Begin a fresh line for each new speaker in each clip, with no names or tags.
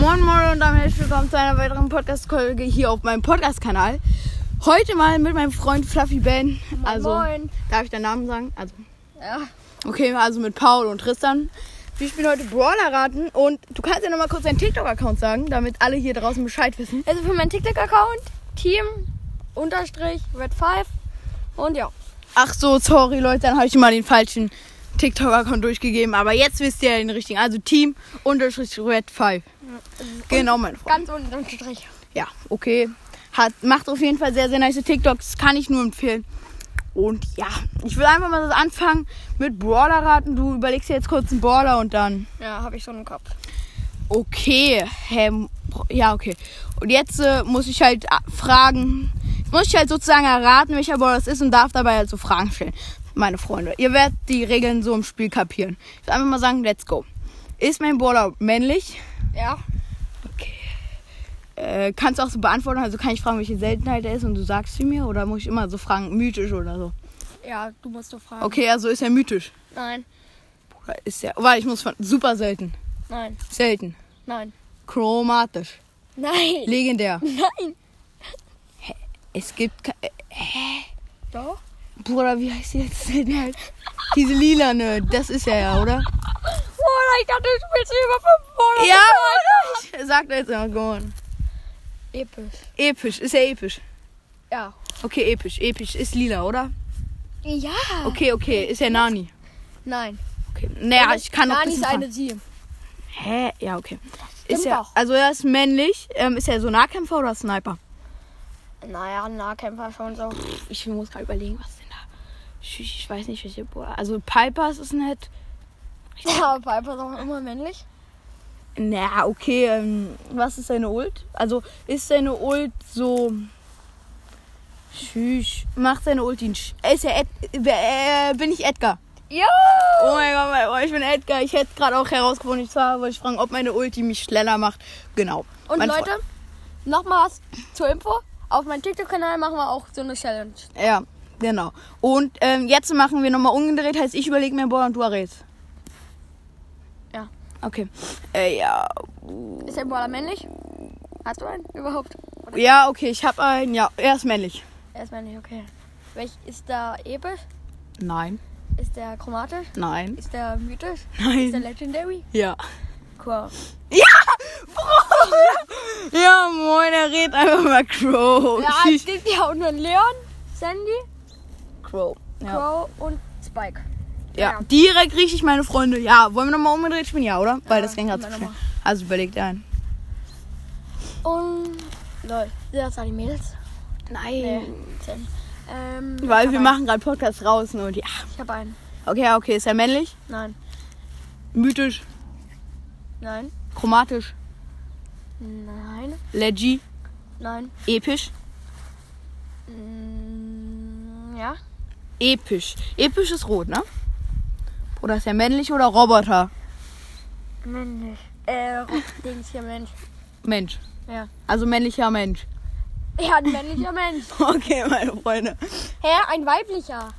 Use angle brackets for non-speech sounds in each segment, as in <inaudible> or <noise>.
Moin Moin und damit herzlich willkommen zu einer weiteren Podcast-Folge hier auf meinem Podcast-Kanal. Heute mal mit meinem Freund Fluffy Ben. also,
moin.
darf ich deinen Namen sagen? Also,
Ja.
okay, also mit Paul und Tristan. Wir spielen heute Brawler raten und du kannst ja nochmal kurz deinen TikTok-Account sagen, damit alle hier draußen Bescheid wissen.
Also für meinen TikTok-Account, Team unterstrich Red 5. Und ja.
Ach so, sorry Leute, dann habe ich mal den falschen TikTok-Account durchgegeben, aber jetzt wisst ihr ja den richtigen. Also Team unterstrich Red 5. Genau, mein Freund.
Ganz unten unterstrich.
ja, okay. Hat, macht auf jeden Fall sehr, sehr nice TikToks. Kann ich nur empfehlen. Und ja, ich will einfach mal so anfangen mit Brawler-Raten. Du überlegst dir jetzt kurz einen Brawler und dann.
Ja, habe ich schon im Kopf.
Okay, hä, ja, okay. Und jetzt äh, muss ich halt a- fragen. Jetzt muss ich halt sozusagen erraten, welcher Brawler es ist und darf dabei halt so Fragen stellen. Meine Freunde, ihr werdet die Regeln so im Spiel kapieren. Ich will einfach mal sagen, let's go. Ist mein Brawler männlich?
Ja.
Äh, kannst du auch so beantworten, also kann ich fragen, welche Seltenheit er ist und du sagst sie mir oder muss ich immer so fragen, mythisch oder so?
Ja, du musst so fragen.
Okay, also ist er mythisch.
Nein,
Oder ist er. Warte, ich muss von. Super selten.
nein,
Selten.
nein.
Chromatisch.
Nein.
Legendär.
Nein.
Es gibt. ke- äh,
Doch?
Bruder, wie heißt die jetzt Seltenheit? Diese lilane, das ist er ja, oder?
Oder ich dachte, du spielst über 5 Monate.
Ja, Bruder! Ich sag da jetzt immer gewonnen.
Episch.
Episch, ist er episch.
Ja.
Okay, episch, episch. Ist lila, oder?
Ja.
Okay, okay, ist er Nani.
Nein.
Okay. Naja, ich kann noch ein
Nani
bisschen
ist
fragen.
eine Sie.
Hä? Ja, okay. Ist
Stimmt
er,
doch.
also er ist männlich. Ähm, ist er so Nahkämpfer oder Sniper?
Naja, Nahkämpfer schon so. <laughs>
Ich muss gerade überlegen, was denn da. Ich, ich weiß nicht, welche Brawler. Also Pipers ist nett.
Ja, Piper ist auch immer männlich.
Na, okay. Ähm, was ist seine Ult? Also ist seine Ult so. Tschüss. Macht seine Ult ihn. sch- Ist er Ed, wer- äh, bin ich Edgar?
Ja.
Oh mein Gott, mein Gott, ich bin Edgar. Ich hätte gerade auch herausgefunden, ich zwar wollte ich fragen, ob meine Ulti mich schneller macht. Genau.
Und
Mein
Leute, nochmal was zur Info. Auf meinem TikTok-Kanal machen wir auch so eine Challenge.
Ja, genau. Und ähm, jetzt machen wir nochmal umgedreht, heißt ich überlege mir Ball und du errätst.
Ja.
Okay. Äh, ja.
Ist der Brawler männlich? Hast du einen überhaupt? Oder
Ja, okay, ich habe einen. Ja, er ist männlich.
er ist männlich, okay. Welch ist der episch?
Nein.
Ist der chromatisch? <laughs>
Nein.
Ist der mythisch? Ist der
Nein.
legendary?
Ja.
Cool.
Ja, moin, er redet einfach mal Crow.
Ja,
<laughs>
es
Tschüss.
gibt ja auch nur Leon, Sandy,
Crow. Ja.
Crow und Spike.
ja,
ja.
direkt richtig, meine Freunde. Ja, wollen wir nochmal umgedreht spielen? Ja, oder? Weil
Ja,
das ging gerade zu
können wir
schnell. Also überlegt ein.
Und Leute, das waren die Mädels. Nee,
Nein.
zehn. Ähm,
Weil
ich
wir
hab
machen gerade Podcast draußen und ja.
einen. Ich habe einen.
Okay, ja, okay, ist er männlich?
Nein.
Mythisch,
Nein.
chromatisch,
Nein.
legi,
Nein.
episch.
Mm, Ja.
Episch. Episch ist rot, ne? Oder ist er männlich oder Roboter?
Männlich. Äh, Rot- Dings hier Mensch.
Mensch.
Ja.
Also männlicher Mensch. <laughs>
Ja, ein männlicher Mensch.
Okay, meine Freunde.
Hä, ein weiblicher.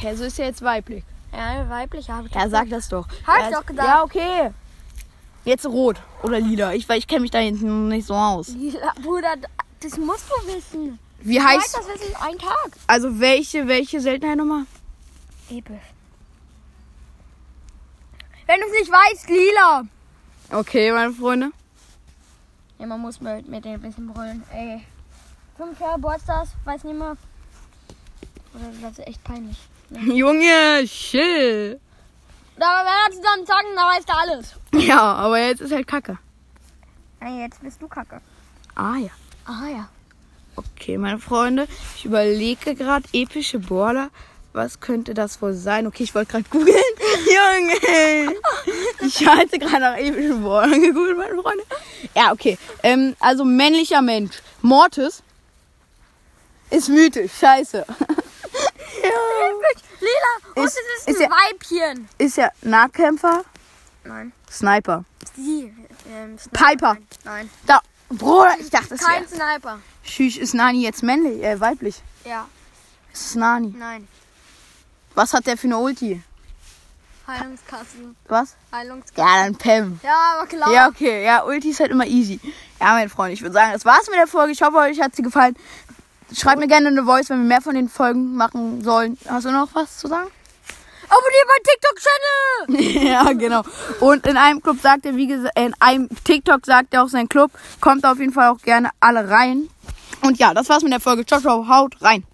Hä, so ist er jetzt weiblich.
Ja, ein weiblicher habe ich.
Ja, sag das doch.
Hab ich
Ja,
doch gesagt.
Ja, okay. Jetzt rot oder lila. Ich, weil ich kenne mich da hinten nicht so aus.
Lila, Bruder, das musst du wissen.
Wie
Du weißt
heißt.
das wissen ein Tag.
Also welche, welche Seltenheit nochmal?
Episch. Wenn du es nicht weißt, lila.
Okay, meine Freunde.
Ja, man muss mit, mit dem ein bisschen brüllen. Ey. Fünf Jahre Boardstars, weiß nicht mehr. Oder das ist echt peinlich.
Junge, chill.
Aber wenn wir zusammen zocken, dann weißt du alles.
Ja, aber jetzt ist halt Kacke.
Ey, jetzt bist du kacke.
Ah ja.
Ah ja.
Okay, meine Freunde, ich überlege gerade epische Brawler. Was könnte das wohl sein? Okay, ich wollte gerade googeln. <laughs> Junge! Ich hatte gerade nach epischen Brawler gegoogelt, meine Freunde. Ja, okay. Ähm, also männlicher Mensch. Mortis ist mythisch. Scheiße. ja.
Lila, und
Ist-
es ist
ist
ein
ja-
Weibchen.
Ist ja Nahkämpfer,
Nein.
Sniper.
Sie. Ähm, Sniper.
Piper.
Nein.
Da, Bruder, ich dachte, es
Kein
wäre...
Sniper.
Schüch, ist Nani jetzt männlich, äh, weiblich?
Ja.
Es ist Nani.
Nein.
Was hat der für eine Ulti?
Heilungskasten.
Was?
Heilungskasten.
Ja, dann Pam.
Ja, aber klar.
Ja, okay. Ja, Ulti ist halt immer easy. Ja, mein Freund, ich würde sagen, das war's mit der Folge. Ich hoffe, euch hat sie gefallen. Schreibt mir gerne eine Voice, wenn wir mehr von den Folgen machen sollen. Hast du noch was zu sagen?
Abonniert meinen TikTok-Channel!
ja, genau. Und in einem Club sagt er, wie gesagt, in einem TikTok sagt er auch seinen Club. Kommt auf jeden Fall auch gerne alle rein. Und ja, das war's mit der Folge. Ciao, ciao, haut rein.